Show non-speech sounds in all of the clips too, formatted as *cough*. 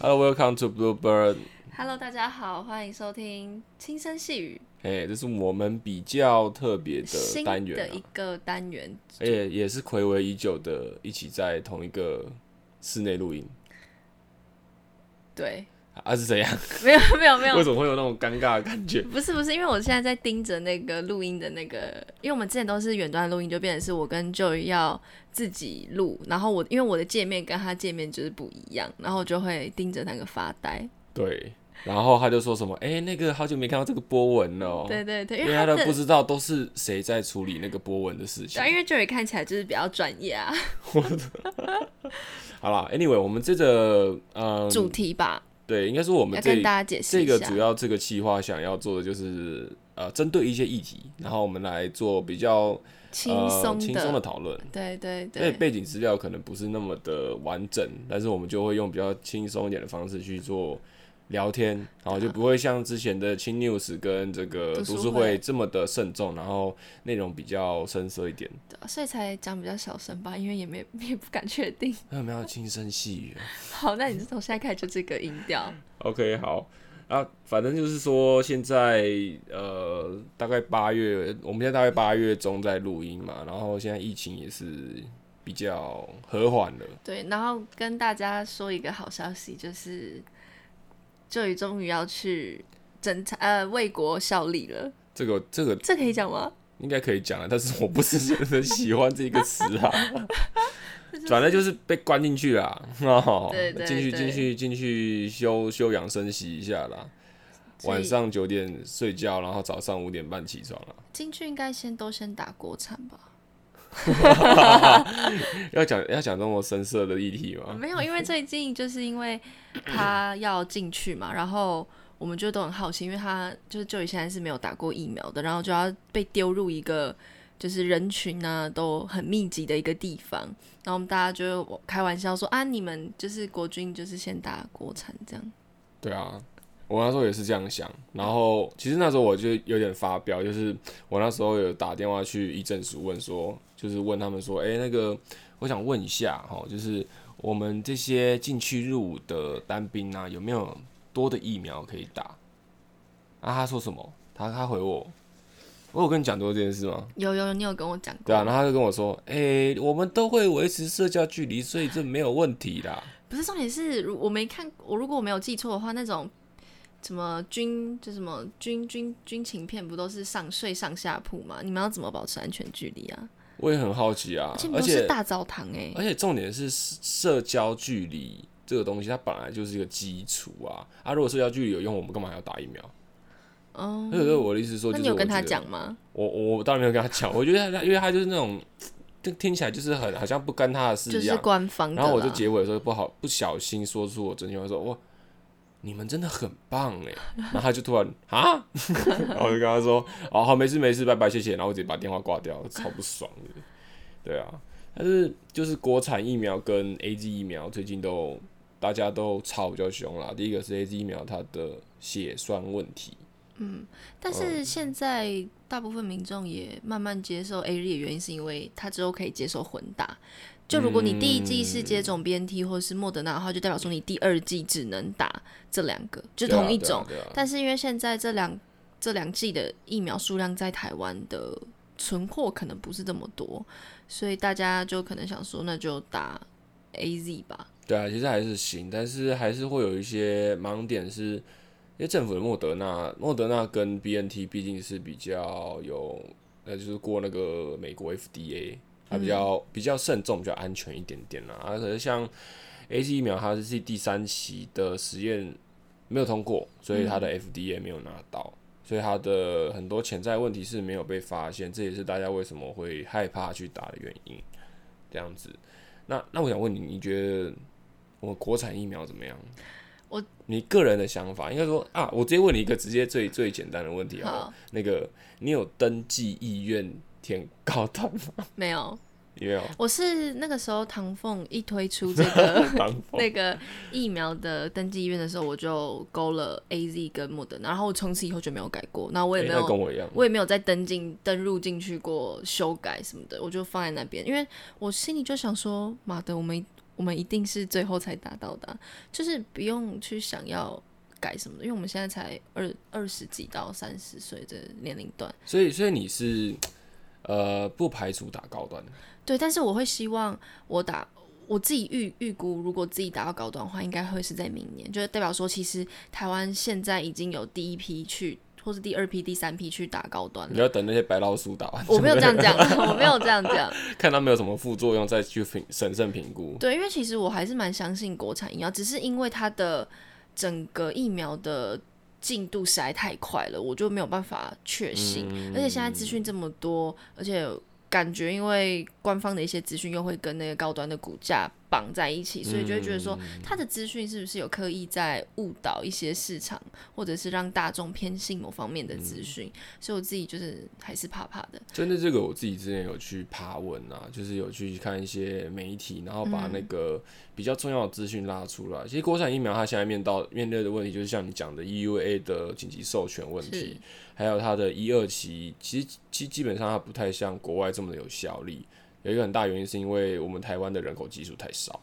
Hello, welcome to Bluebird。 Hello，大家好，欢迎收听轻声细语哎，这是我们比较特别的新单元、的啊一，个单元，而且也是暌违已久的，一起在同一个室内录音对， *laughs* 啊，是怎样？没有没有没为有，什么会有那种尴尬的感觉？不是不是，因为我现在在盯着那个录音的那个，因为我们之前都是远端录音，就变成是我跟 Joy 要自己录，然后我因为我的界面跟他界面就是不一样，然后我就会盯着那个发呆，对，然后他就说什么，哎、那个好久没看到这个波纹了哦、对对对，因因为为他的都不知道都是谁在处理那个波纹的事情对啊，。因为 Joy 看起来就是比较专业啊，好啦 a n y w a y 我们这个呃，主题吧，对，应该说我们要这跟大家解释这一个下，主要这个企划想要做的就是呃，针对一些议题，然后我们来做比较轻呃松轻松的讨论。对对因为对，背景资料可能不是那么的完整，但是我们就会用比较轻松一点的方式去做聊天，然后就不会像之前的轻 news 跟这个读书读书会会这么的慎重，然后内容比较深色一点。对啊所以才讲比较小声吧，因为也没 *laughs* 也不敢确定。那我们要轻声细语啊。好，那你是从现在开始就这个音调， OK，好啊，反正就是说现在呃，大概八月，我们现在大概八月中在录音嘛，然后现在疫情也是比较和缓了，对。然后跟大家说一个好消息，就是就宇终于要去侦察呃为国效力了，这个这个这可以讲吗？应该可以讲了，但是我不是很喜欢这个词 *laughs* 啊，转了就是被关进去啦， *laughs* 哦对对，进去对进去进去休休养生息一下啦，所以晚上九点睡觉，然后早上五点半起床啊啦。进去应该先都先打国产吧？要讲要讲这么深色的议题吗？没有，因为最近就是因为他要进去嘛，然后我们就都很好奇，因为他就是就宇现在是没有打过疫苗的，然后就要被丢入一个就是人群呢、都很密集的一个地方，然后我们大家就开玩笑说啊，你们就是国军就是先打国产这样，对啊，我那时候也是这样想。然后其实那时候我就有点发飙，就是我那时候有打电话去医政署问说，就是问他们说，哎、那个我想问一下哈，就是我们这些进去入伍的单兵啊，有没有多的疫苗可以打？啊，他说什么？他他回我，我有跟你讲过这件事吗？有有有，你有跟我讲过，对啊，然后他就跟我说，哎、我们都会维持社交距离，所以这没有问题啦。不是重点是，如我没看，我如果我没有记错的话，那种什么军就什么军军军情片，不都是上睡上下铺嘛？你们要怎么保持安全距离啊？我也很好奇啊而且，而不且是大澡堂哎、而且重点是社社交距离这个东西，它本来就是一个基础啊。啊，如果社交距离有用，我们干嘛要打疫苗？哦，所以我的意思说，那就你是有我跟他觉得，讲吗？我我当然没有跟他讲。我觉得他，因为他就是那种，就听起来就是很好像不干他的事就一是样。啊官方的啦。然后我就结尾的时候不好不小心说出我真心话，说哇，你们真的很棒哎。 *laughs* 然后他就突然啊， *laughs* 然后我就跟他说，哦好，没事没事，拜拜，谢谢。然后我直接把电话挂掉，超不爽的。 *laughs* 对啊，但是就是国产疫苗跟 A Z 疫苗最近都大家都吵比较凶啦。第一个是 A Z 疫苗它的血栓问题，但嗯是现在大部分民众也慢慢接受 A 日的原因，是因为它之后可以接受混打。就如果你第一季是接种 BNT 或是莫德纳的话，就代表说你第二季只能打这两个，就对啊同一对啊种。对啊但是因为现在这两这两季的疫苗数量在台湾的存货可能不是这么多，所以大家就可能想说，那就打 A Z 吧。对啊，其实还是行，但是还是会有一些盲点是，因为政府的莫德纳，莫德纳跟 B N T 毕竟是比较有，那就是过那个美国 F D A，它比较、嗯比较慎重，比较安全一点点啦。啊，可是像 A Z 疫苗，它是第三期的实验没有通过，所嗯以它的 F D A 没有拿到。所以它的很多潜在问题是没有被发现，这也是大家为什么会害怕去打的原因。这样子，那那我想问你，你觉得我们国产疫苗怎么样？我你个人的想法，应该说啊，我直接问你一个直接最最简单的问题啊好，那个你有登记意愿填高档吗？ *laughs* 没有，有没有？我是那个时候唐凤一推出这 *laughs* 个那个疫苗的登记医院的时候，我就勾了 A Z 跟莫德纳，然后我从此以后就没有改过，那我也诶没哎那有跟我一样，我也没有再登进登入进去过修改什么的，我就放在那边，因为我心里就想说，妈的，我们我们一定是最后才达到的啊、就是不用去想要改什么的，因为我们现在才二二十几到三十岁的年龄段，所以所以你是呃不排除打高端的，对，但是我会希望我打我自己预预估，如果自己打到高端的话，应该会是在明年，就是代表说，其实台湾现在已经有第一批去，或是第二批、第三批去打高端你了。要等那些白老鼠打完，我没有这样讲， *laughs* 我没有这样讲。看他们有什么副作用，再去评审慎评估。对，因为其实我还是蛮相信国产疫苗，只是因为它的整个疫苗的进度实在太快了，我就没有办法确信。而且现在资讯这么多，而且感觉因为官方的一些资讯又会跟那个高端的股价绑在一起，所以就会觉得说它的资讯是不是有刻意在误导一些市场，或者是让大众偏信某方面的资讯？所以我自己就是还是怕怕的。针对这个，我自己之前有去爬文啊，就是有去看一些媒体，然后把那嗯个比较重要的资讯拉出来。其实国产疫苗它现在面到面对的问题，就是像你讲的 EUA 的紧急授权问是题，还有它的一二期，其实基基本上它不太像国外这么的有效力。有一个很大原因是因为我们台湾的人口基数太少，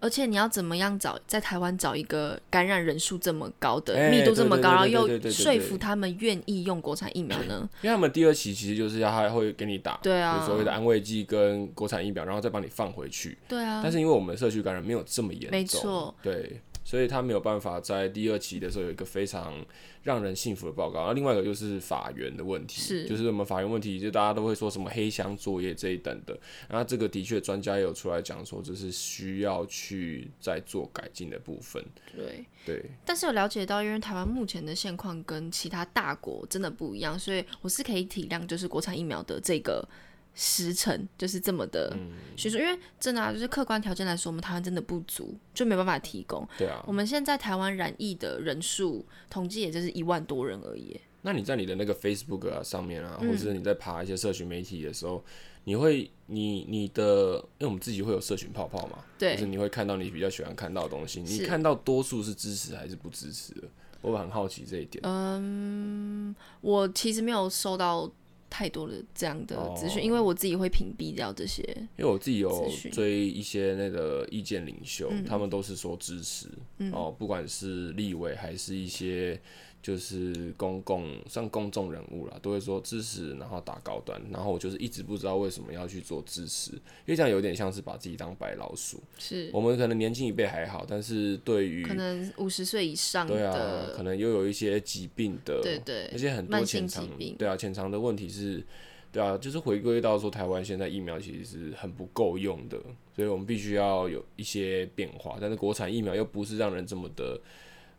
而且你要怎么样找在台湾找一个感染人数这么高的、哎密度这么高，然后对对对又对对对对说服他们愿意用国产疫苗呢？因为他们第二期其实就是要他会给你打对啊有，所谓的安慰剂跟国产疫苗，然后再帮你放回去。对啊但，是因为我们社区感染没有这么严重，没错，对，所以他没有办法在第二期的时候有一个非常让人信服的报告。那另外一个就是法源的问题，是就是我们法源问题，就大家都会说什么黑箱作业这一等的，那这个的确专家也有出来讲说，这是需要去再做改进的部分，对。对。但是有了解到，因为台湾目前的现况跟其他大国真的不一样，所以我是可以体谅，就是国产疫苗的这个时程就是这么的嗯迅速，因为真的啊，就是客观条件来说，我们台湾真的不足，就没办法提供。对啊，我们现在台湾染疫的人数统计也就是一万多人而已，那你在你的那个 Facebook 啊上面嗯啊，或是你在爬一些社群媒体的时候，你会你你的，因为我们自己会有社群泡泡嘛，对就是你会看到你比较喜欢看到的东西，你是看到多数是支持还是不支持的？我很好奇这一嗯点。我其实没有收到太多的这样的资讯，哦因为我自己会屏蔽掉这些。因为我自己有资讯嗯追一些那个意见领袖，他们都是说支持、哦，不管是立委还是一些就是公共像公众人物啦，都会说支持，然后打高端，然后我就是一直不知道为什么要去做支持，因为这样有点像是把自己当白老鼠。是，我们可能年轻一辈还好，但是对于可能五十岁以上对啊，的，可能又有一些疾病的，对对而且很多慢潜性藏疾病对啊，潜藏的问题是，对啊，就是回归到说台湾现在疫苗其实是很不够用的，所以我们必须要有一些变化。但是国产疫苗又不是让人这么的，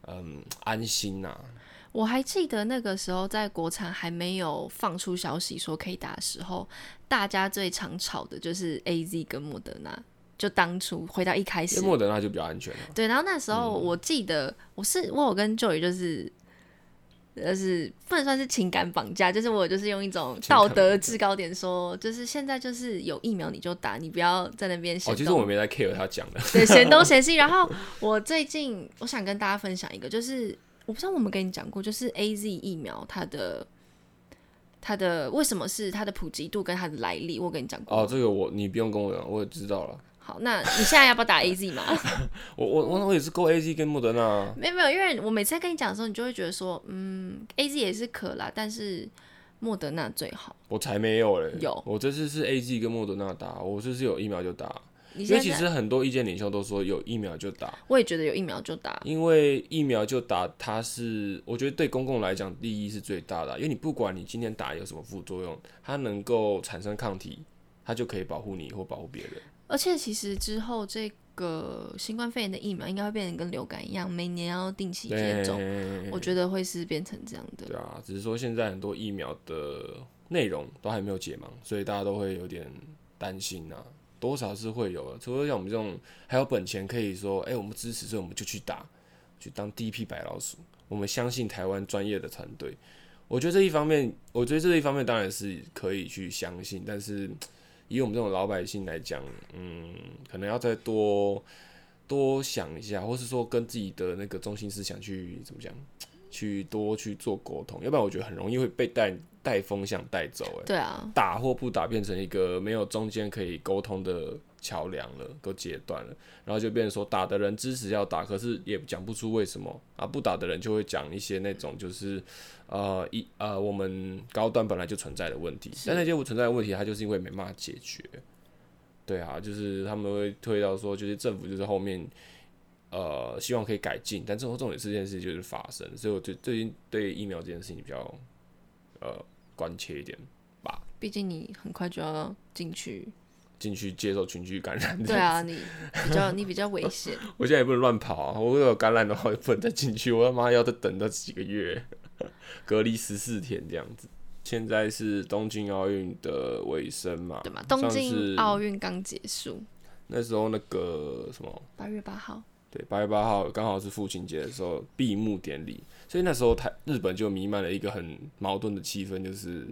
嗯，安心呐、我还记得那个时候在国产还没有放出消息说可以打的时候，大家最常吵的就是 A Z 跟莫德纳，就当初回到一开因始为，莫德纳就比较安全了、对，然后那时候嗯我记得我是我有跟 Joy 就是。呃就是不能算是情感绑架，就是我就是用一种情感道德制高点说，就是现在就是有疫苗你就打，你不要在那边哦，嫌其实东我 *laughs* 没在 care 他讲的，对，嫌东嫌西。然后我最近我想跟大家分享一个，就是我不知道我们跟你讲过，就是 A Z 疫苗它的它的为什么是它的普及度跟它的来历，我跟你讲过。哦，这个我你不用跟我讲，我也知道了。好，那你现在要不要打 A Z 嘛？我我我我也是够 A Z 跟莫德纳啊，没有没有，因为我每次在跟你讲的时候，你就会觉得说，嗯，A Z 也是可啦，但是莫德纳最好。我才没有嘞。有我这次是 A Z 跟莫德纳打，我这次有疫苗就打。你因为现其在实很多意见领袖都说有疫苗就打，我也觉得有疫苗就打，因为疫苗就打，它是我觉得对公共来讲利益是最大的啊，因为你不管你今天打有什么副作用，它能够产生抗体，它就可以保护你或保护别人。而且其实之后这个新冠肺炎的疫苗应该会变成跟流感一样，每年要定期接种。对，我觉得会是变成这样的。对啊，只是说现在很多疫苗的内容都还没有解盲，所以大家都会有点担心啊。多少是会有的，除了像我们这种还有本钱可以说，哎、我们支持，所以我们就去打，去当第一批白老鼠。我们相信台湾专业的团队，我觉得这一方面，我觉得这一方面当然是可以去相信，但是以我们这种老百姓来讲，嗯，可能要再多多想一下，或是说跟自己的那个中心思想去怎么讲，去多去做沟通，要不然我觉得很容易会被带带风向带走、哎，对啊，打或不打变成一个没有中间可以沟通的桥梁了，都截断了，然后就变成说打的人支持要打，可是也讲不出为什么啊，不打的人就会讲一些那种就是呃一呃我们高端本来就存在的问题，但那些存在的问题，它就是因为没办法解决，对啊，就是他们会推到说，就是政府就是后面。呃，希望可以改进，但最后重点是这件事就是发生，所以我最最近对疫苗这件事情比较呃关切一点，毕竟你很快就要进去，进去接受群聚感染。对，啊，你比较你比较危险。 *laughs* 我现在也不能乱跑啊，我如果有感染的话，我就不能再进去，我他妈要再等到几个月， *laughs* 隔离十四天这样子。现在是东京奥运的尾声嘛？对嘛？*laughs* 东上次京奥运刚结束，那时候那个什么，八月八号，对，八月八号刚好是父亲节的时候闭幕典礼，所以那时候台日本就弥漫了一个很矛盾的气氛，就是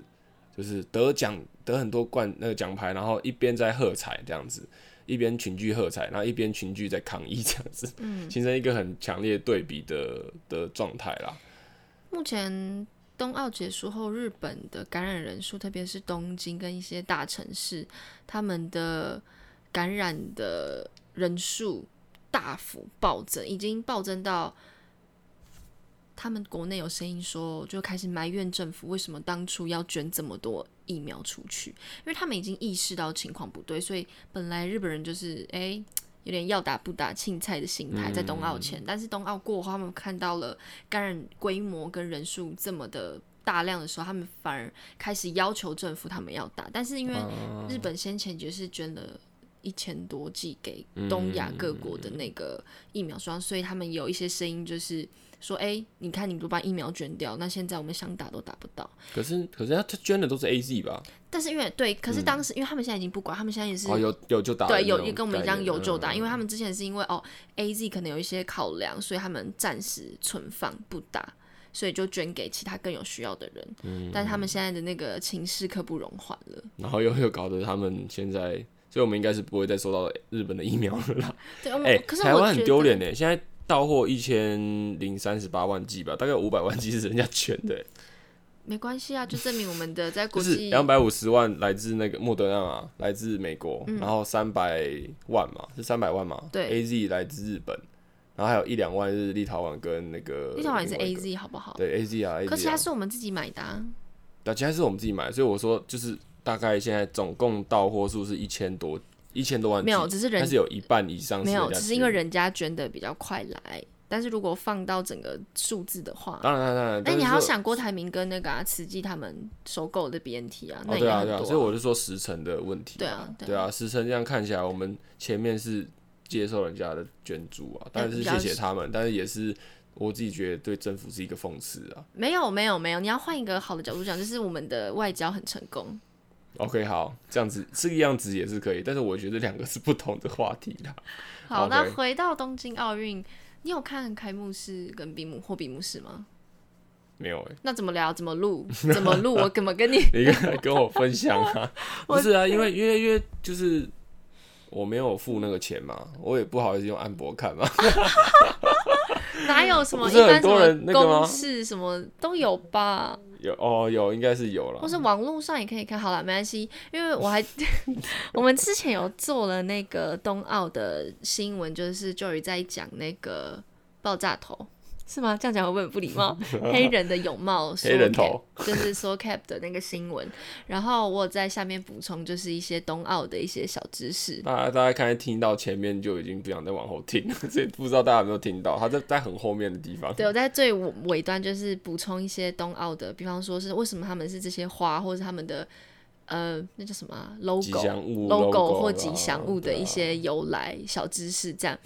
就是得奖得很多冠那个奖牌，然后一边在喝彩这样子，一边群聚喝彩，然后一边群聚在抗议这样子，嗯形成一个很强烈对比的的状态啦。目前冬奥结束后，日本的感染人数，特别是东京跟一些大城市，他们的感染的人数大幅暴增，已经暴增到他们国内有声音说，就开始埋怨政府为什么当初要捐这么多疫苗出去，因为他们已经意识到情况不对，所以本来日本人就是哎。诶有点要打不打青菜的心态，在冬奥前，但是冬奥过后，他们看到了感染规模跟人数这么的大量的时候，他们反而开始要求政府他们要打。但是因为嗯日本先前就是捐了一千多剂给嗯东亚各国的那个疫苗双，所以他们有一些声音就是说：“哎、你看你都把疫苗捐掉，那现在我们想打都打不到。可是可是他他捐的都是 A Z 吧？”但是因为对，可是当时、因为他们现在已经不管，他们现在也是嗯哦，有有就打了对，那种概念，嗯有也跟我们一样有就打，因为为他们之前是因为哦，A Z 可能有一些考量，所以他们暂时存放不打，所以就捐给其他更有需要的人。嗯但他们现在的那个情势刻不容缓了。然后又又搞得他们现在，所以我们应该是不会再收到日本的疫苗了啦。对，我哎、哦可是台我湾觉很丢得脸呢，现在到货一千零三十八万剂吧，大概五百万剂是人家捐的、欸，没关系啊，就证明我们的在就嗯国是际两百五十万来自那个莫德纳嘛，来自美国，然后三百万嘛，是三百万嘛，嗯对，A Z 来自日本，然后还有一两万是立陶宛跟那个立陶宛也是另外 A 一个 Z 好不好？对 A Z 啊，A 可是 Z 它啊，是我们自己买的、啊，但其他是我们自己买，所以我说就是大概现在总共到货数是一千多一千多万剂，没有，只是人但是有一半以上是没有，人家只是因捐为的人家捐的比较快来。但是如果放到整个数字的话，当然当然，那但哎你是还要说想郭台铭跟那个啊慈济他们收购的 BNT 啊，那哦，也对啊，很对多、啊，所以我就说时辰的问题、对啊对啊对啊，时辰这样看起来，我们前面是接受人家的捐助啊，但是比较谢谢他们，但是也是我自己觉得对政府是一个讽刺啊。没有没有没有，你要换一个好的角度讲，就是我们的外交很成功。 OK，好，这样子这个样子也是可以，但是我觉得两个是不同的话题啦。好 OK 那回到东京奥运，你有看开幕式跟闭幕或闭幕式吗？没有哎、那怎么聊？怎么录？怎么录？我怎么跟你？你应 *laughs* 该跟我分享啊，我不是啊，因为因为因为就是我没有付那个钱嘛，我也不好意思用安博看嘛。 *laughs* 哪有什么不一是般很什多人么那个吗公式什么都有吧？有哦，有应该是有了或。是网络上也可以看。好了，没关系，因为我还 *laughs* 我们之前有做了那个冬奥的新闻，就是 Jory 在讲那个爆炸头。是吗？这样讲会不会很不礼 *laughs* 貌？黑人的泳帽，黑人 Soul 头 Cap，就是说 cap 的那个新闻。然后我有在下面补充，就是一些冬奥的一些小知识。大家大家刚才听到前面就已经不想再往后听 *laughs* 了，所以不知道大家有没有听到，他在在很后面的地方。对，我在最尾尾端就是补充一些冬奥的，比方说是为什么他们是这些花，或者是他们的呃那叫什么啊 logo 吉祥物 logo logo 或啦吉祥物的对啊一些由来、小知识这样。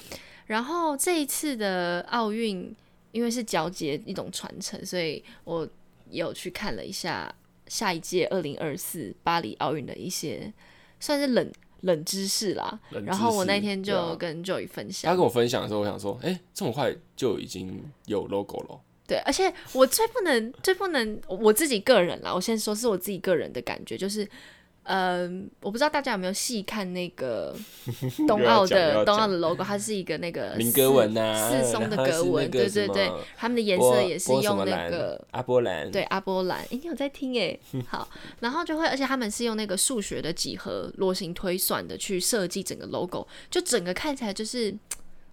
然后这一次的奥运，因为是交接一种传承，所以我有去看了一下下一届二零二四巴黎奥运的一些算是冷冷知识啦。冷知然后我那识天对啊就跟 Joy 分享，他跟我分享的时候，我想说，哎、这么快就已经有 logo 了，对，而且我最不能、最不能我自己个人啦，我先说是我自己个人的感觉，就是呃，我不知道大家有没有细看那 *laughs* 个不冬要奥讲不的要冬奥讲的 logo，它是一个那个菱四格纹啊四松然的后格是纹，那个对什对对么，他们的颜波色也是波什用么啊那蓝嗯个阿波兰，对，阿波兰，诶，你有在 *laughs* 听诶，好，然后就会，而且他们是用那个数学的几何模型推算的去设计整个 logo，就整个看起来就是嘖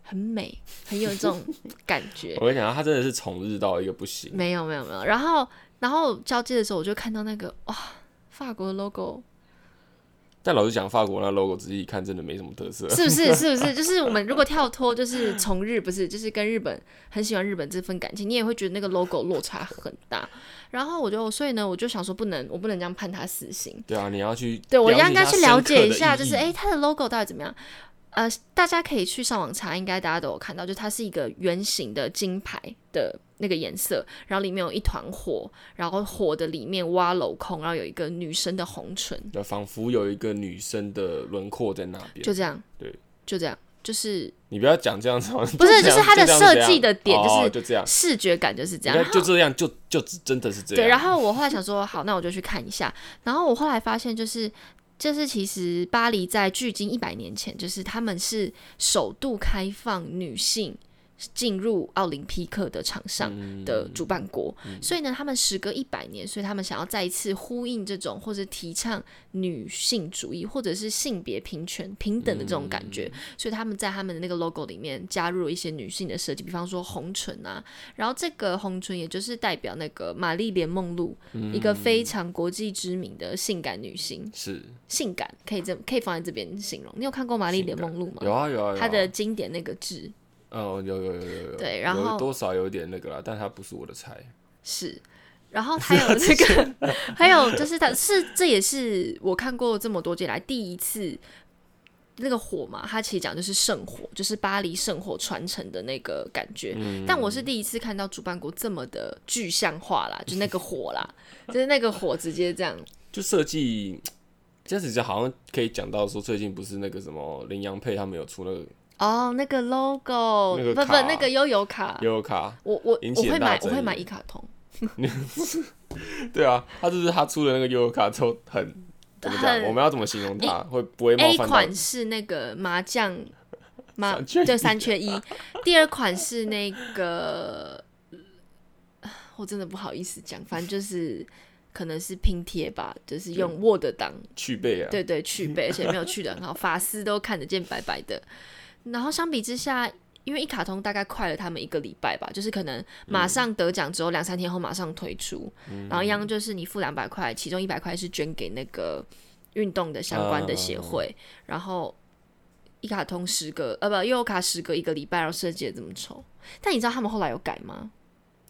很美，很有这种感觉。我跟你讲，他真的是从日到一个不行，没有没有没有，然后然后交接的时候我就看到那个哇，法国的 logo 但老实讲，法国那 logo 仔细一看真的没什么特色，是不是是不是？就是我们如果跳脱，就是从日不是，就是跟日本很喜欢日本这份感情，你也会觉得那个 logo 落差很大。然后我就所以呢，我就想说不能，我不能这样判他死刑。对啊，你要去对我了解应该它去深了刻解一的下，意就是义诶，它的 logo 到底怎么样？呃，大家可以去上网查，应该大家都有看到，就它是一个圆形的金牌的那个颜色，然后里面有一团火，然后火的里面挖镂空，然后有一个女生的红唇，对，仿佛有一个女生的轮廓在那边。就这样，对，就这样，就是你不要讲这样子，好像不是这样就是它的这样这样设计的点就是哦就这样，视觉感就是这样，你然看后就这样，就就真的是这样。对，然后我后来想说，好，那我就去看一下。然后我后来发现，就是就是其实巴黎在距今一百年前，就是他们是首度开放女性。进入奥林匹克的场上嗯的主办国，所以呢，他们时隔一百年，所以他们想要再一次呼应这种或者提倡女性主义，或者是性别平权平等的这种感嗯觉，所以他们在他们的那个 logo 里面加入了一些女性的设计，比方说红唇啊，然后这个红唇也就是代表那个玛丽莲梦露，一个嗯非常国际知名的性感女星，是性感可以这可以放在这边形容。你有看过玛丽莲梦露吗？有啊有啊，有啊她的经典那个痣哦有有有有有，对然有后多少有点那个啦，但它不是我的菜。是。然后还 *laughs* 有啊这个，还有就是她是这也是我看过这么多届来第一次那个火嘛，它其实讲就是圣火，就是巴黎圣火传承的那个感觉。但我是第一次看到主办国这么的具象化啦，就是那个火啦，就是那个火直接这样就设计这样子，就好像可以讲到说，最近不是那个什么羚羊配他们有出那个 *laughs* 哦，那个 logo，那个不不，卡那个悠游卡，悠悠卡，我我引我起会很大买的，我争会议买一卡通，对啊，他就是他出的那个悠悠卡之后很。怎么讲？很我们要怎么形容它？会不会冒 A 犯到款是那个麻将麻三缺一啊对三缺一，第二款是那个，我真的不好意思讲，反正就是可能是拼贴吧，就是用 Word 档，去背啊？*laughs* 对对去背，而且没有去的很好，发丝都看得见白白的。然后相比之下。因为一卡通大概快了他们一个礼拜吧，就是可嗯能马上得奖之后两三天后马上推出，嗯然后一样就是你付两百块，其中一百块是捐给那个运动的相关的啊协会，然后一卡通十个呃不悠游卡十个一个礼拜，然后设计的这么丑。但你知道他们后来有改吗？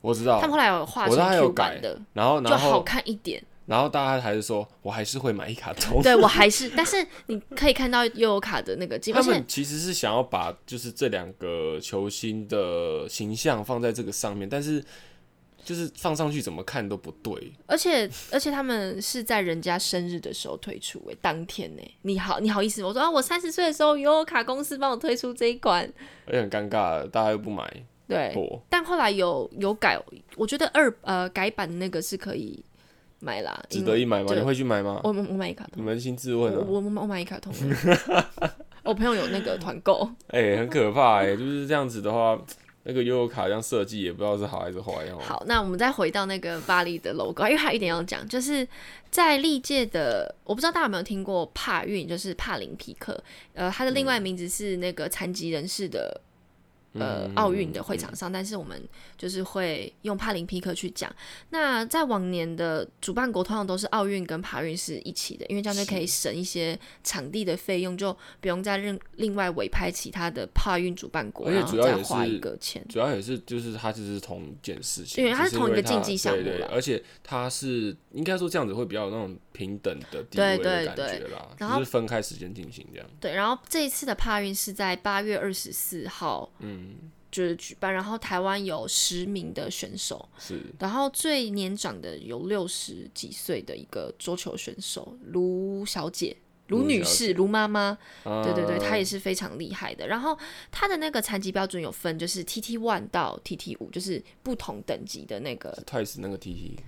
我知道他。们后来有画哦我成知道他有 Q 版改的，然后，就然好后，看一 *laughs* 点。然后大家还是说，我还是会买一卡通。对我还是，但是你可以看到悠游卡的那个进，而他且们其实是想要把就是这两个球星的形象放在这个上面，但是就是放上去怎么看都不对。而且而且他们是在人家生日的时候推出、诶，当天呢、你好你好意思吗？我说啊，我三十岁的时候悠游卡公司帮我推出这一款，而且很尴尬，大家又不买对。我但后来有有改，我觉得二呃改版的那个是可以买啦，值因得为一买吗？对你会去买吗我？我我买一卡通你。扪心自问啊，我我我买一卡通 *laughs* 的，我朋友有那个团购，哎、很可怕哎、就是这样子的话，那个悠游卡这样设计也不知道是好还是坏哦。好，那我们再回到那个巴黎的 logo，因为还有一点要讲，就是在历届的，我不知道大家有没有听过帕运，就是帕林匹克，呃，它的另外名字是那个残疾人士的。嗯呃，奥运的会场上，但是我们就是会用帕林匹克去讲。那在往年的主办国通常都是奥运跟帕运是一起的，因为这样就可以省一些场地的费用，就不用再另另外委派其他的帕运主办国，而且然后主要再也花一是个钱。主要也是就是它就是同一件事情，因为它只是是同一个因为它竞技项目啦对对，而且它是应该说这样子会比较有那种平等的地对位的感对觉啦，然后就是分开时间进行这样。对，然后这一次的帕运是在八月二十四号，嗯，就是举办，然后台湾有十名的选手，是然后最年长的有六十几岁的一个桌球选手卢小姐。卢卢女小士，卢妈妈，对对对，她也是非常厉害的。然后她的那个残疾标准有分，就是 TT one 到 TT 五，就是不同等级的那个，Twice 那个 T T，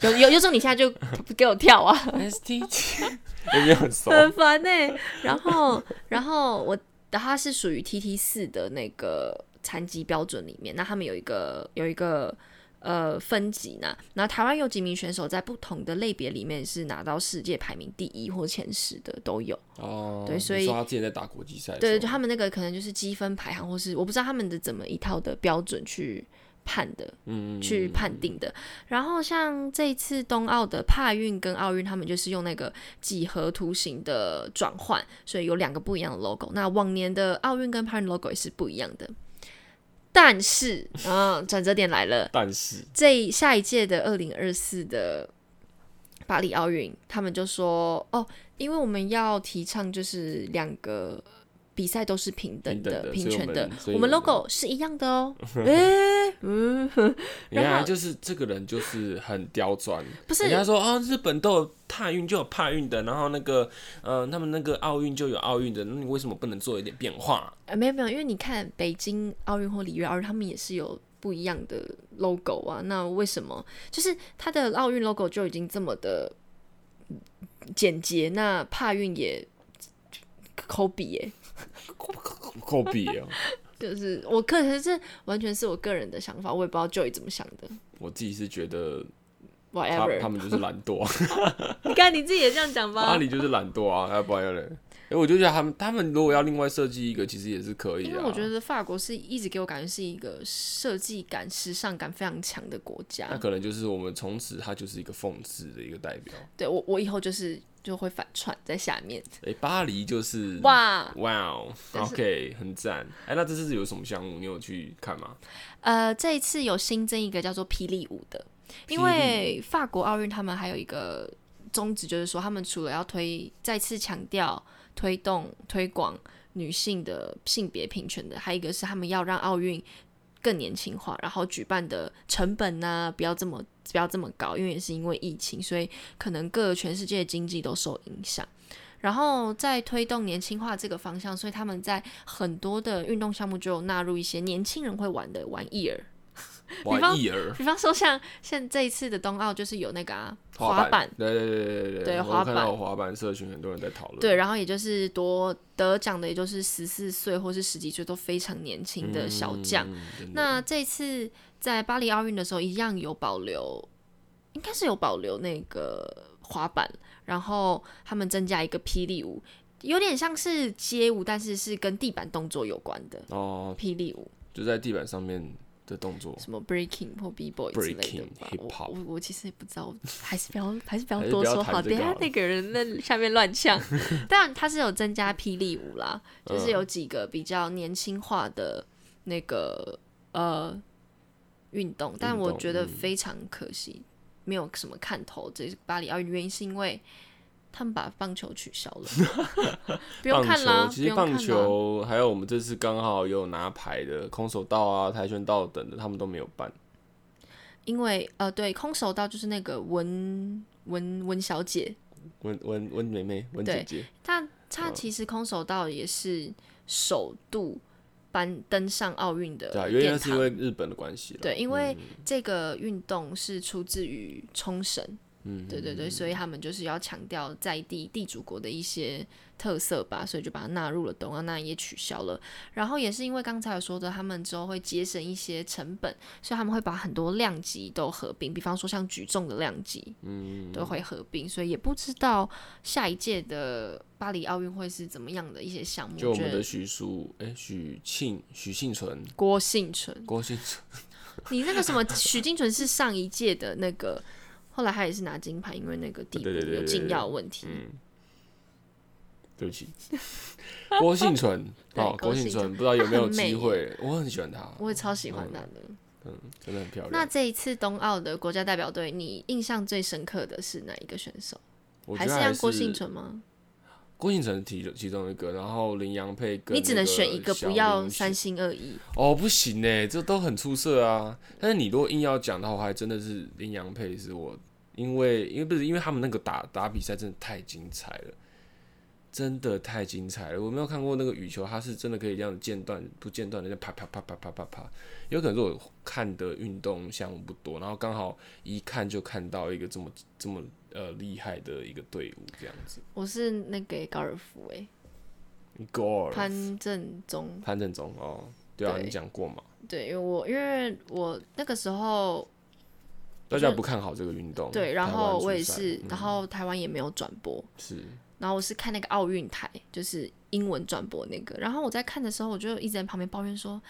有有有种你现在就 *laughs* 给我跳啊， STT *laughs* 有没有很熟？嗯很烦呢、欸然后然后我它是属于 TT 四的那个残疾标准里面，那他们有一个有一个呃分级呢，然后台湾有几名选手在不同的类别里面是拿到世界排名第一或前十的都有。哦，对所以你说他之前在打国际赛的时候，对对，就他们那个可能就是积分排行，或是我不知道他们的怎么一套的标准去判的，嗯，嗯嗯去判定的。然后像这一次冬奥的帕运跟奥运，他们就是用那个几何图形的转换，所以有两个不一样的 logo。那往年的奥运跟帕运 logo 也是不一样的。但是，嗯，转折点来了，但是这下一届的二零二四的巴黎奥运，他们就说哦，因为我们要提倡就是两个比赛都是平等的、平平等的所以权的我们，所以我我们们 logo 是一样 *laughs* 的哦。诶，嗯，原然来后就是这个人就是很刁钻，不是人家说哦，日本都有帕运就有帕运的，然后那个呃，他们那个奥运就有奥运的，那你为什么不能做一点变化？呃，没有没有，因为你看北京奥运或里约奥运，他们也是有不一样的 logo 啊。那为什么？就是它的奥运 logo 就已经这么的嗯简洁，那帕运也抠笔耶。够比哦，就是我个人这完全是我个人的想法，我也不知道 Joy 怎么想的。 *laughs* 我自己是觉得他他 Whatever，们就是懒惰，啊 *laughs* 你看你自己也这样讲阿吧。里就是懒惰啊，要不然嘞。哎、我就觉得他们他们如果要另外设计一个，其实也是可以因的、为啊。我觉得法国是一直给我感觉是一个设计感、时尚感非常强的国那家。可能就是我们从此他就是一个讽刺的一个代表。对我，我以后就是就会反串在下面。哎、巴黎就是哇，哇哦但是，OK，很赞。哎、那这次有什么项目你有去看吗？呃，这一次有新增一个叫做霹雳舞的，霹雳舞因为法国奥运他们还有一个宗旨，就是说他们除了要推再次强调推动推广女性的性别平权的，还有一个是他们要让奥运更年轻化，然后举办的成本呢、不要这么不要这么高，因为也是因为疫情，所以可能各全世界的经济都受影响。然后在推动年轻化这个方向，所以他们在很多的运动项目就有纳入一些年轻人会玩的玩意儿，玩方意儿，比方说像像这一次的冬奥就是有那个、啊、滑滑板，，对对对对对对我滑看到板滑板社群很多人在讨论，对，然后也就是夺得奖的，也就是十四岁或是十几岁都非常年轻的小将。嗯，真的那这次在巴黎奥运的时候，一样有保留，应该是有保留那个滑板，然后他们增加一个霹雳舞，有点像是街舞，但是是跟地板动作有关的哦，霹雳舞，就在地板上面的动作，什么 breaking 或 b boy 之类的 Breaking，吧。 hip-hop 我我我其实也不知道，我还是不要还是不要还是多不要说谈好，这等一个下好那个人那下面 *laughs* 乱呛。但它是有增加霹雳舞啦，嗯就是有几个比较年轻化的那个呃运动，但运我动觉得嗯非常可惜，没有什么看头。这是巴黎奥运原因是因为。他们把棒球取消了， *laughs* 不用棒看啦球，。其不实用看棒啦球还有我们这次刚好有拿牌的空手道啊、跆拳道等的，他们都没有办。因为呃，对，空手道就是那个文文文小姐，温温温妹妹、温姐对姐，她她嗯其实空手道也是首度搬登上奥运的对啊，因为殿那是因堂。为日本的嗯关系了。对，因为这个运动是出自于冲绳，嗯，对对对，所以他们就是要强调在地地主国的一些特色吧，所以就把它纳入了冬奥，那也取消了。然后也是因为刚才有说的，他们之后会节省一些成本，所以他们会把很多量级都合并，比方说像举重的量级，嗯，都会合并，所以也不知道下一届的巴黎奥运会是怎么样的一些项目。就我们觉的得徐淑，哎，许庆、许幸存、郭幸存，郭幸存，你那个什么许金纯是上一届的那个。后来他也是拿金牌，因为那个地步对对对有对禁对药问题。 *laughs* 对不起，郭幸存， *laughs* 对哦，郭郭幸幸存存，不知道有没有她很机美耶会？我很喜欢她，我也超喜欢他的。真的很漂那亮。这一次冬奥的国家代表队，你印象最深刻的是哪一个选手？我觉还得是还让是郭幸存吗？郭敬诚提其中一个，然后林洋配跟你只能选一个个，小不要林三心二意。哦，不行呢，这都很出色啊。但是你如果硬要讲的话，我还真的是林洋配是我，因为因为不是因为他们那个打打比赛真的太精彩了，真的太精彩了。我没有看过那个羽球，它是真的可以这样间断不间断的，就啪啪啪啪啪啪啪。有可能是我看的运动项目不多，然后刚好一看就看到一个这么这么呃厉害的一个队伍这样子。我是那个高尔夫诶、 Gore 潘正宗。潘正宗哦，对啊，对你讲过嘛？对，因为我因为我那个时候大家不看好这个运动，对，然台湾后出我也赛是，嗯然后台湾也没有转播，是然后我是看那个奥运台，就是英文转播那个。然后我在看的时候，我就一直在旁边抱怨说：“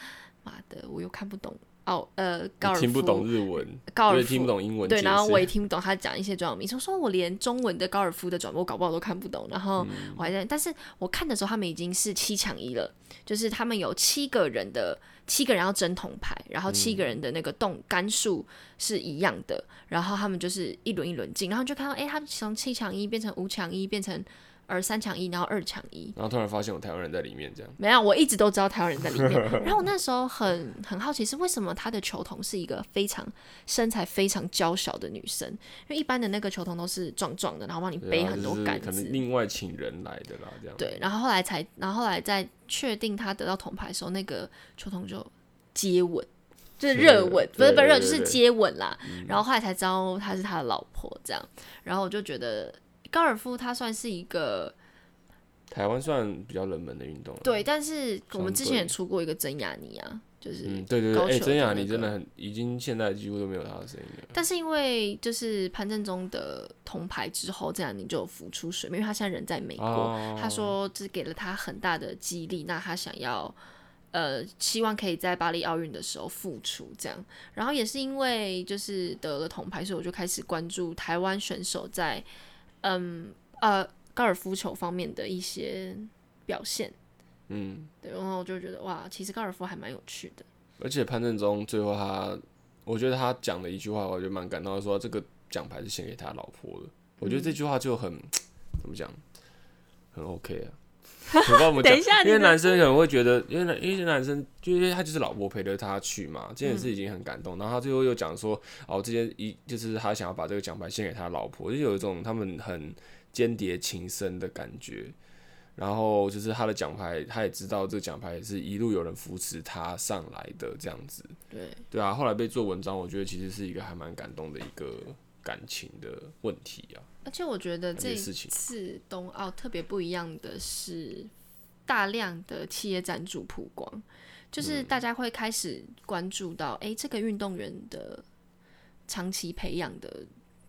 妈的，我又看不懂奥呃高你尔夫，听不懂日文，高我尔也夫，听不懂英文解对，释，然后我也听不懂他讲一些专有名词，我说我连中文的高尔夫的转播搞不好都看不懂，然后嗯我还在，但是我看的时候他们已经是七强一了，就是他们有七个人的七个人要争铜牌，然后七个人的那个动杆数是一样的，然后他们就是一轮一轮进，然后就看到诶，他们从七强一变成五强一，变成呃三强一，然后二强一，然后突然发现有台湾人在里面，这样没有，我一直都知道台湾人在里 *laughs* 面。然后我那时候很很好奇，是为什么他的球童是一个非常身材非常娇小的女生？因为一般的那个球童都是壮壮的，然后帮你对啊背很就多是杆可子能。另外请人来的啦，这样对，然后后来才，然后后来在确定他得到铜牌的时候，那个球童就接吻，就是热吻，对不是不是对热，就对是对嗯接吻啦。然后后来才知道他是他的老婆，这样。然后我就觉得高尔夫他算是一个。台湾算比较冷门的运动了，对，，但是我相们之前也对出过一个真雅尼啊，就是、嗯，对对对，高哎，球真的雅那你真个的很，已经现在几乎都没有他的声音了，但是因为就是潘正宗的铜牌之后，这样你就有浮出水面，因为他现在人在美国，哦他说这给了他很大的激励，那他想要呃，希望可以在巴黎奥运的时候复出这样。然后也是因为就是得了铜牌，所以我就开始关注台湾选手在嗯呃高尔夫球方面的一些表现。嗯，对，然后我就觉得哇，其实高尔夫还蛮有趣的。而且潘正宗最后他，我觉得他讲的一句话，我觉得蛮感动的，说这个奖牌是献给他老婆的。我觉得这嗯句话就很怎么讲，很 *laughs* OK 啊。我不知道怎么讲等一下，*laughs* 你因为的男生可能会觉得，因为男因为男生就因为他就是老婆陪着他去嘛，这件事嗯已经很感动。然后他最后又讲说，哦，这件一就是他想要把这个奖牌献给他老婆，就有一种他们很间谍情深的感觉。然后就是他的奖牌，他也知道这个奖牌也是一路有人扶持他上来的这样子。对，对啊，后来被做文章，我觉得其实是一个还蛮感动的一个感情的问题啊。而且我觉得这这些一事情次冬奥特别不一样的是，大量的企业赞助曝光，嗯就是大家会开始关注到，诶，这个运动员的长期培养的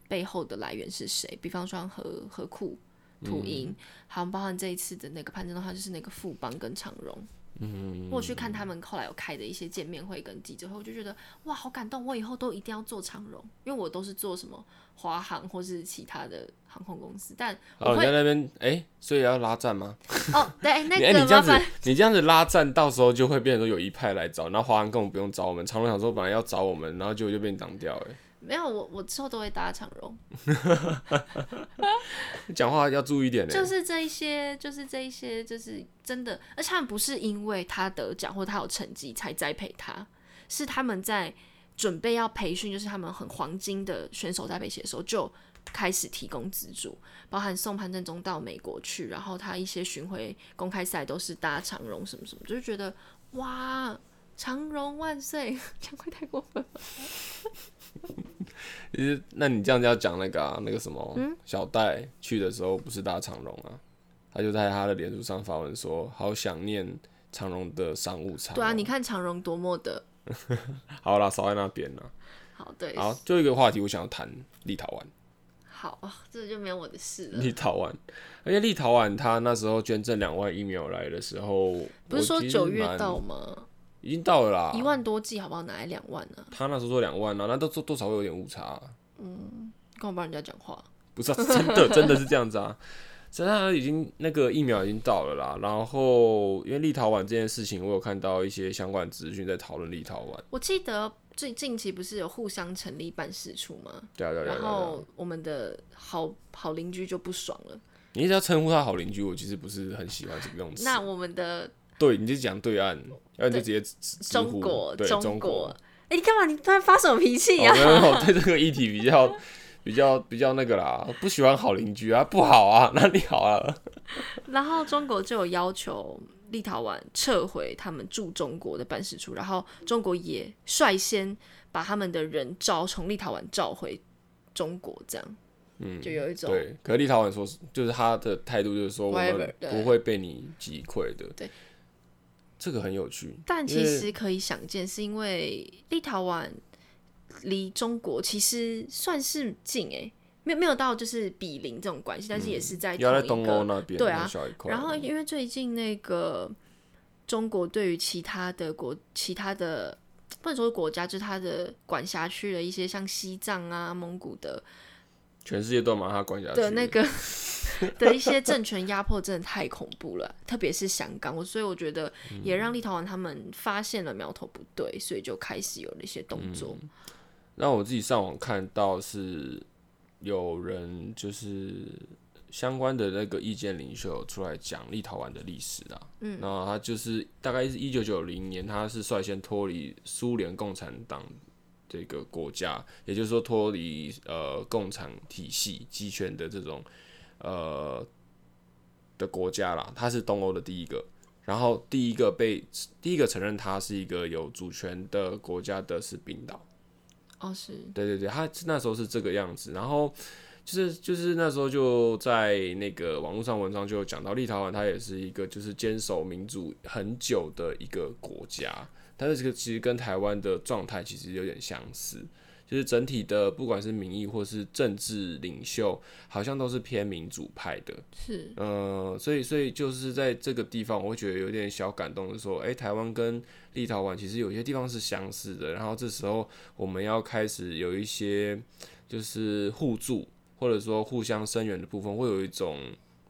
背后的来源是谁？比方说和和库、嗯土银，还有包含这一次的那个潘正东，他就是那个富邦跟长荣。嗯，我去看他们后来有开的一些见面会跟记者会，我就觉得哇，好感动！我以后都一定要做长荣，因为我都是做什么华航或是其他的航空公司， *laughs* 但哦，我你会在那边哎、所以要拉战吗？哦，对，那你哎、你个这麻样子烦，你这样子拉战，到时候就会变成说有一派来找，然后华安根本不用找我们，长隆想说本来要找我们，然后结果就被你挡掉、欸，没有我，我之后都会搭长荣，讲话要注意一点呢、欸就是这一些，就是这一些，就是真的，而且他们不是因为他得奖或他有成绩才栽培他，是他们在准备要培训，就是他们很黄金的选手栽培期的时候就开始提供资助，包含送潘正中到美国去，然后他一些巡回公开赛都是搭长荣什么什么，就是觉得哇。长荣万岁！ *laughs* 讲会太过分了。其实那你这样就要讲那个啊，那个什么，嗯小戴去的时候不是搭长荣啊，他就在他的脸书上发文说，好想念长荣的商务舱哦、对啊，你看长荣多么的好啦，少在那边啦。好，对，好，最后一个话题我想要谈立陶宛。好，哦这就没有我的事 *laughs* 了。立陶宛，而且立陶宛他那时候捐赠两万疫苗来的时候，不是我说其实九月蛮到吗？已经到了啦，一万多剂好不好？哪来两万呢、他那时候说两万啊，那都多多少会有点误差啊、跟我帮人家讲话，不是、啊、真的，真的是这样子啊。 *laughs* 真的已经那个疫苗已经到了啦，然后因为立陶宛这件事情，我有看到一些相关资讯在讨论立陶宛，我记得最近期不是有互相成立办事处吗？对啊对啊对啊对啊然对啊。后我们的好好邻居就不爽了，你一直要称呼他好邻居，我其实不是很喜欢这个用词。那我们的对，你就讲对岸，要不然就直接直直呼中国，对中中国国，哎、你干嘛？你突然发什么脾气 *laughs* 哦啊？没有没有，对这个议题比较比较比较那个啦，不喜欢好邻居啊，不好啊，哪里好啊？然后中国就有要求立陶宛撤回他们驻中国的办事处，然后中国也率先把他们的人召从立陶宛召回中国，这样嗯，就有一种对，可是立陶宛说是，就是他的态度就是说，我 Whatever，们对不会被你击溃的。对，这个很有趣。但因其为实可以想见，是因为立陶宛离中国其实算是近诶、没有没有到就是比邻这种关系，但是也是在要在东同一欧个。那边，对啊很小一块。然后因为最近那个中国对于其他的国、其他的不能说国家，就是它的管辖区的一些像西藏啊、蒙古的全世界都把他关下去的那个的一些政权压迫真的太恐怖了，特别是香港，我所以我觉得也让立陶宛他们发现了苗头不对，所以就开始有了一些动作。那我自己上网看到是有人就是相关的那个意见领袖有出来讲立陶宛的历史啦。嗯，那他就是大概是一九九零年，他是率先脱离苏联共产党这个国家，也就是说脱离呃共产体系集权的这种呃的国家啦，它是东欧的第一个。然后第一个被第一个承认它是一个有主权的国家的是冰岛，哦，是对对对，他是那时候是这个样子，然后就是就是那时候就在那个网络上文章就有讲到，立陶宛它也是一个就是坚守民主很久的一个国家，但是这个其实跟台湾的状态其实有点相似，就是整体的不管是民意或是政治领袖，好像都是偏民主派的，是，呃，所以所以就是在这个地方，我会觉得有点小感动，是说，哎、台湾跟立陶宛其实有些地方是相似的，然后这时候我们要开始有一些就是互助或者说互相声援的部分，会有一种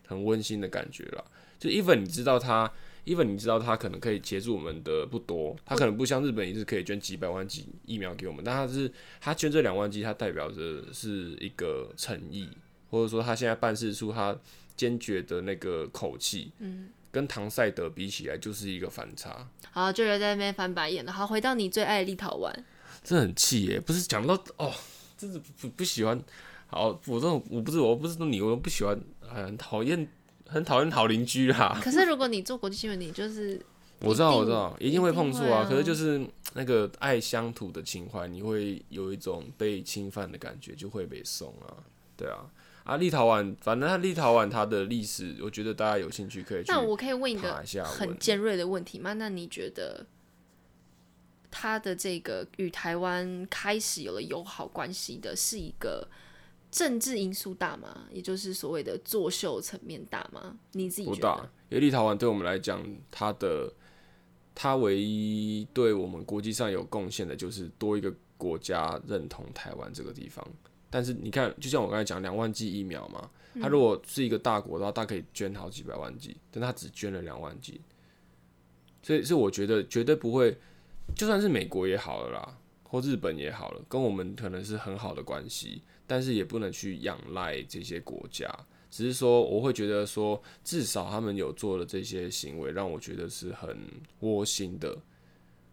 很温馨的感觉啦。就 even 你知道他，even 你知道他可能可以协助我们的不多，他可能不像日本一次可以捐几百万剂疫苗给我们，但他是他捐这两万剂，它代表着是一个诚意，或者说他现在办事处他坚决的那个口气，嗯，跟唐塞德比起来就是一个反差，好，就留在那边翻白眼了。好，回到你最爱的立陶宛，真的很气耶！不是讲到哦，真的不不不喜欢。好，我这种我不是我不是说你，我不喜欢，很讨厌，很讨厌好邻居啦。可是如果你做国际新闻，你就是我知道，一定我知道，一定会碰触一定会啊。啊可是就是那个爱乡土的情怀，你会有一种被侵犯的感觉，就会被送啊，对啊。啊，立陶宛，反正它立陶宛它的历史，我觉得大家有兴趣可以去那我可以问一个爬一下很文尖锐的问题吗？那你觉得他的这个与台湾开始有了友好关系的，是一个政治因素大吗？也就是所谓的作秀层面大吗？你自己不觉大得？，因为立陶宛对我们来讲，它的它唯一对我们国际上有贡献的，就是多一个国家认同台湾这个地方。但是你看，就像我刚才讲，两万剂疫苗嘛，嗯它如果是一个大国的话，它可以捐好几百万剂，但它只捐了两万剂，所以是我觉得绝对不会，就算是美国也好了啦，或日本也好了，跟我们可能是很好的关系，但是也不能去仰赖这些国家。只是说，我会觉得说，至少他们有做的这些行为，让我觉得是很窝心的。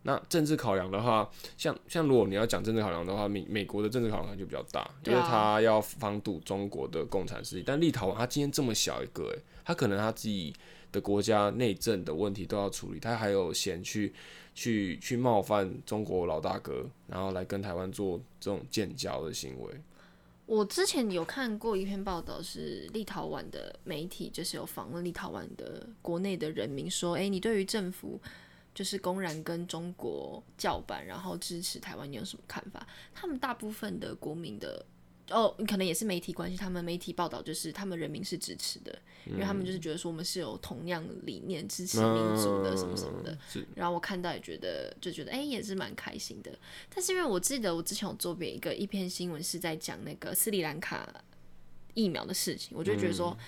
那政治考量的话，像像如果你要讲政治考量的话，美美国的政治考量就比较大，因对啊为他要防堵中国的共产势力。但立陶宛他今天这么小一个、欸，他可能他自己的国家内政的问题都要处理，他还有闲去去去冒犯中国老大哥，然后来跟台湾做这种建交的行为。我之前有看过一篇报道，是立陶宛的媒体就是有访问立陶宛的国内的人民，说：“哎、你对于政府就是公然跟中国叫板，然后支持台湾，你有什么看法？”他们大部分的国民的哦，可能也是媒体关系，他们媒体报道就是他们人民是支持的，因为他们就是觉得说我们是有同样理念、支持民主的什么什么的。是然后我看到也觉得就觉得哎、诶也是蛮开心的。但是因为我记得我之前有做别一个一篇新闻是在讲那个斯里兰卡疫苗的事情，我就觉得嗯说、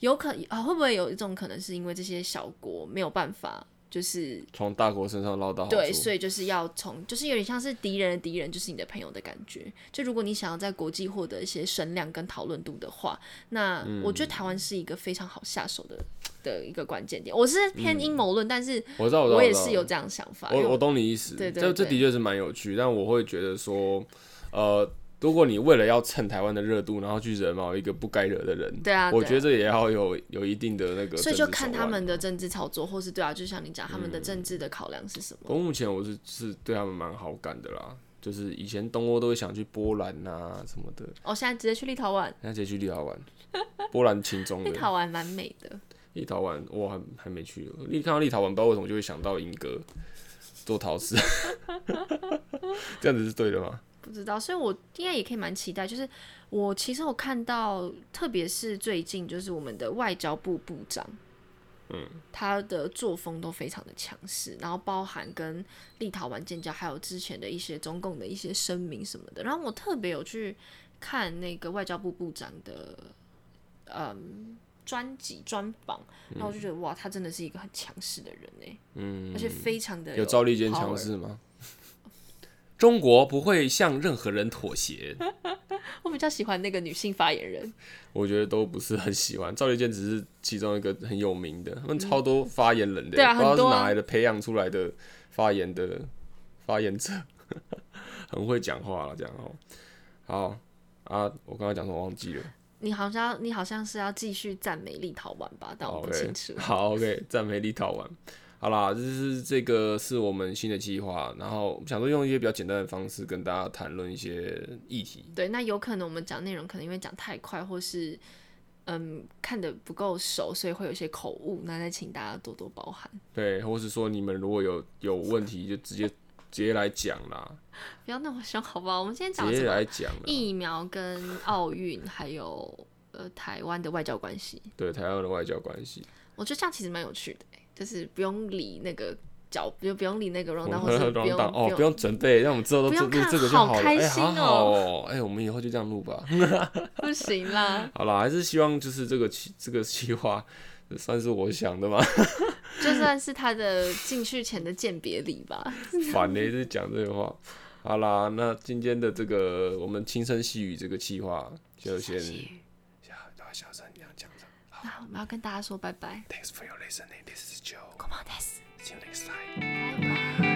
有可啊会不会有一种可能是因为这些小国没有办法就是。从大国身上捞到好对，处所以就是要从，就是有点像是敌人的敌人，就是你的朋友的感觉。就如果你想要在国际获得一些声量跟讨论度的话，那我觉得嗯台湾是一个非常好下手的的一个关键点。我是偏阴谋论，但是我知道，嗯我知道，我也知道是有这样的想法。因为我我懂你意思，对对这这对的确是蛮有趣，但我会觉得说，呃，如果你为了要蹭台湾的热度，然后去惹毛一个不该惹的人，对啊，我对啊觉得这也要有有一定的那个，所以就看他们的。政治操作，或是对啊，就像你讲，他们的政治的考量是什么？我目前我是是对他们蛮好感的啦，就是以前东欧都会想去波兰呐、什么的，哦，现在直接去立陶宛，那直接去立陶宛，波兰轻中 *laughs* 立的陶宛蛮美的。立陶宛，我还还没去，立看到立陶宛，不知道为什么就会想到英格做陶瓷， *laughs* 这样子是对的吗？不知道，所以我应该也可以蛮期待。就是我其实我看到，特别是最近，就是我们的外交部部长，嗯，他的作风都非常的强势，然后包含跟立陶宛建交，还有之前的一些中共的一些声明什么的。然后我特别有去看那个外交部部长的，嗯。专辑专访，然后我就觉得、哇，他真的是一个很强势的人哎，嗯，而且非常的有赵立坚 power *laughs* 强势吗？ *laughs* 中国不会向任何人妥协，我比较喜欢那个女性发言人，我觉得都不是很喜欢。赵立坚只是其中一个很有名的，他们超多发言人的，对啊不知道很是多啊哪来的培养出来的发言的发言者， *laughs* 很会讲话了，这样哦。好啊，我刚刚讲什么忘记了。你好像你好像是要继续赞美立陶宛吧，哦但我不清楚。好，OK，赞 *laughs* 美立陶宛。好啦，就是这个是我们新的计划，然后想说用一些比较简单的方式跟大家谈论一些议题。对，那有可能我们讲内容可能因为讲太快，或是嗯看的不够熟，所以会有一些口误，那再请大家多多包涵，对，或是说你们如果有有问题，就直接直接来讲啦，不要那么凶，好不好？我们今天讲直的接什么来讲啦。疫苗跟奥运，还有呃台湾的外交关系，对台湾的外交关系，我觉得这样其实蛮有趣的、欸就是不用理那个脚，就不用理那个 r 我 o u n d 们或是不乱 *laughs* 用档哦，不不用准备，让我们之后都不做用录看这个就好了。开哎，心好哦好哦，哎，我们以后就这样录吧。不行啦，好啦，还是希望就是这个计这个计划 *laughs* 算是我想的嘛。就算是他的进去前的鉴别礼吧。 *laughs* 烦嘞、是讲这个话。好啦，那今天的这个我们轻声细语这个计划就先小小声这样讲着。那我们要跟大家说拜拜。 Thanks for your listening. This is Joe. Come on, t e s See you next time. 拜拜。